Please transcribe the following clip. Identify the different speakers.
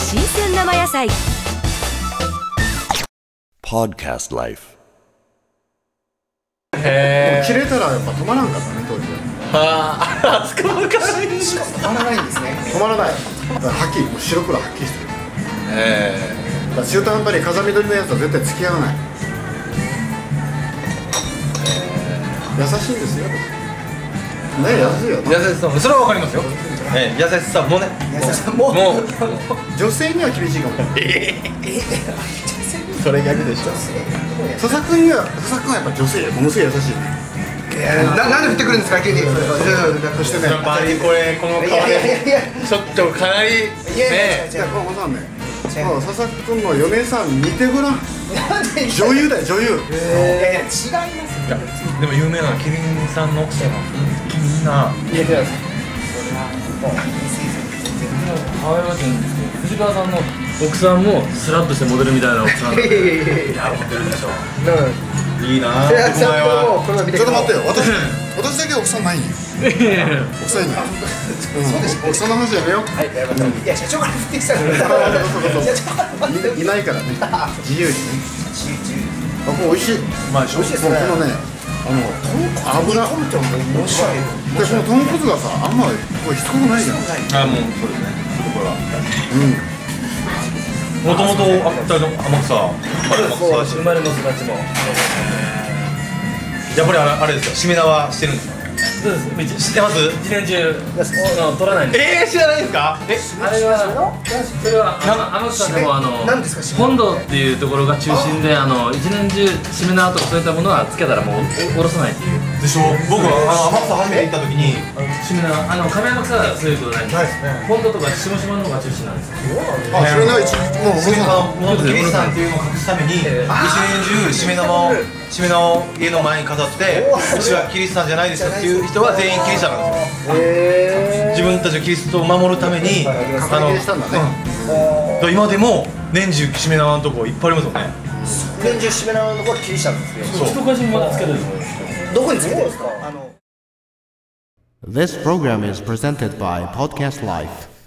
Speaker 1: 生野菜
Speaker 2: Podcast Life.
Speaker 3: へ
Speaker 4: 切れたらやっぱ止まらんかったね当時
Speaker 3: ーあーあそこの感じ
Speaker 5: 止まらないんですね
Speaker 4: 止まらないだからはっきりもう白黒はっきりしてる
Speaker 3: え
Speaker 4: だから中途半端に風緑のやつは絶対付き合わない優しいんですよね優しいよ
Speaker 3: ー優しさもそれはわかりますよえー優しさもね
Speaker 5: 優しさも
Speaker 3: もう
Speaker 4: 女性には厳しいかも
Speaker 5: それ逆でしょ
Speaker 4: 佐々木には佐々木はやっぱ女性ものすごい優しいね
Speaker 5: ななんで振ってくるんですか急にそしてね
Speaker 3: やっぱりこれこの
Speaker 5: い
Speaker 3: 顔
Speaker 5: やいや
Speaker 3: で
Speaker 5: いや
Speaker 3: ちょっとかなりね
Speaker 5: いやいやい
Speaker 4: じ
Speaker 5: や
Speaker 4: ゃあこうさんね
Speaker 5: 違
Speaker 4: もう
Speaker 5: う
Speaker 4: 佐々木君の嫁さん見てごらん
Speaker 5: なんで
Speaker 4: 女優だよ女優
Speaker 5: いやいや違います
Speaker 3: いやでも有名なキリンさんの奥さんがみんない
Speaker 6: やいや、可愛らしいんですけど、藤川さんの奥さんもスラッとしてモデルみたいな奥さん
Speaker 5: いやいやいやいや
Speaker 3: やモデルでしょ
Speaker 5: だから
Speaker 3: いいなあ
Speaker 5: いやちゃんともうこれは見て
Speaker 4: ちょっと待ってよ私私だけ奥さんないんよ奥さんいない
Speaker 5: そうでしょ
Speaker 4: 奥さんの話やめよう
Speaker 5: はいやりましたいや社長から振ってきたんだ
Speaker 4: そうそうそう
Speaker 5: 社長から待っ
Speaker 4: いい
Speaker 5: て
Speaker 4: ないからね 自由にねあこれ美味しい
Speaker 3: まあ正
Speaker 5: 美味しいです
Speaker 4: も
Speaker 5: ね
Speaker 4: うこのねあの油で
Speaker 5: コントも面白い
Speaker 4: この豚骨がさあんまこれしつこくないじゃんだ
Speaker 3: あもうそうですね
Speaker 4: から
Speaker 3: もともとあったの天草
Speaker 6: そう生まれも育ちも
Speaker 3: やっぱりあれあれですよしめ縄してるんですよ
Speaker 6: そうで
Speaker 3: 知
Speaker 6: す
Speaker 3: ってます
Speaker 6: 一年中あの取らないんで
Speaker 3: えー、知らないんですかえ
Speaker 6: すあれはそれはあの天草でもあの
Speaker 5: 何ですか締め
Speaker 6: 本堂っていうところが中心であの一年中しめ縄とかそういったものはつけたらもうおおろさないっていう
Speaker 3: でしょ僕はあの天草初めて行った時に
Speaker 6: しめ縄あの亀山草はそういうことないんです
Speaker 3: い
Speaker 6: 本堂とかしもしもの方が中心なんですよ
Speaker 4: あそれが一もう奥
Speaker 3: しめ
Speaker 4: さん
Speaker 3: 縄のキリンさんっていうのを隠すために一年中しめ縄をしめ縄を家の前に飾ってうちはキリストさんじゃないですよっていう人は全員キリストなんですよ自分たちのキリストを守るためにあ
Speaker 4: 確認したんだね
Speaker 3: の今でも年中しめ縄のとこいっぱいありますよね
Speaker 5: 年中しめ縄のところ切りしたんですよ
Speaker 6: 人かしもまだつけてるんですよ
Speaker 5: どこにつけてるんですかあの
Speaker 7: This program is presented by Podcast Life.